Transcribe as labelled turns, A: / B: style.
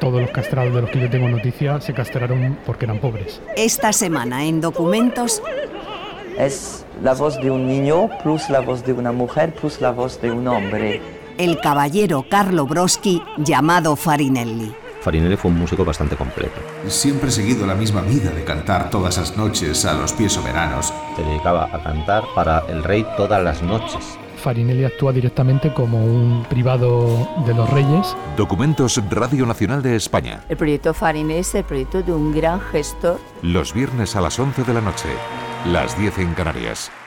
A: Todos los castrados de los que yo tengo noticia se castraron porque eran pobres.
B: Esta semana en documentos
C: Es la voz de un niño plus la voz de una mujer plus la voz de un hombre.
B: el caballero Carlo Broschi llamado Farinelli.
D: Farinelli fue un músico bastante completo.
E: Siempre he seguido la misma vida de cantar todas las noches a los pies soberanos.
D: Se dedicaba a cantar para el rey todas las noches.
A: Farinelli actúa directamente como un privado de los reyes.
F: Documentos Radio Nacional de España.
G: El proyecto Farin es el proyecto de un gran gestor
F: Los viernes a las 11 de la noche. Las 10 en Canarias.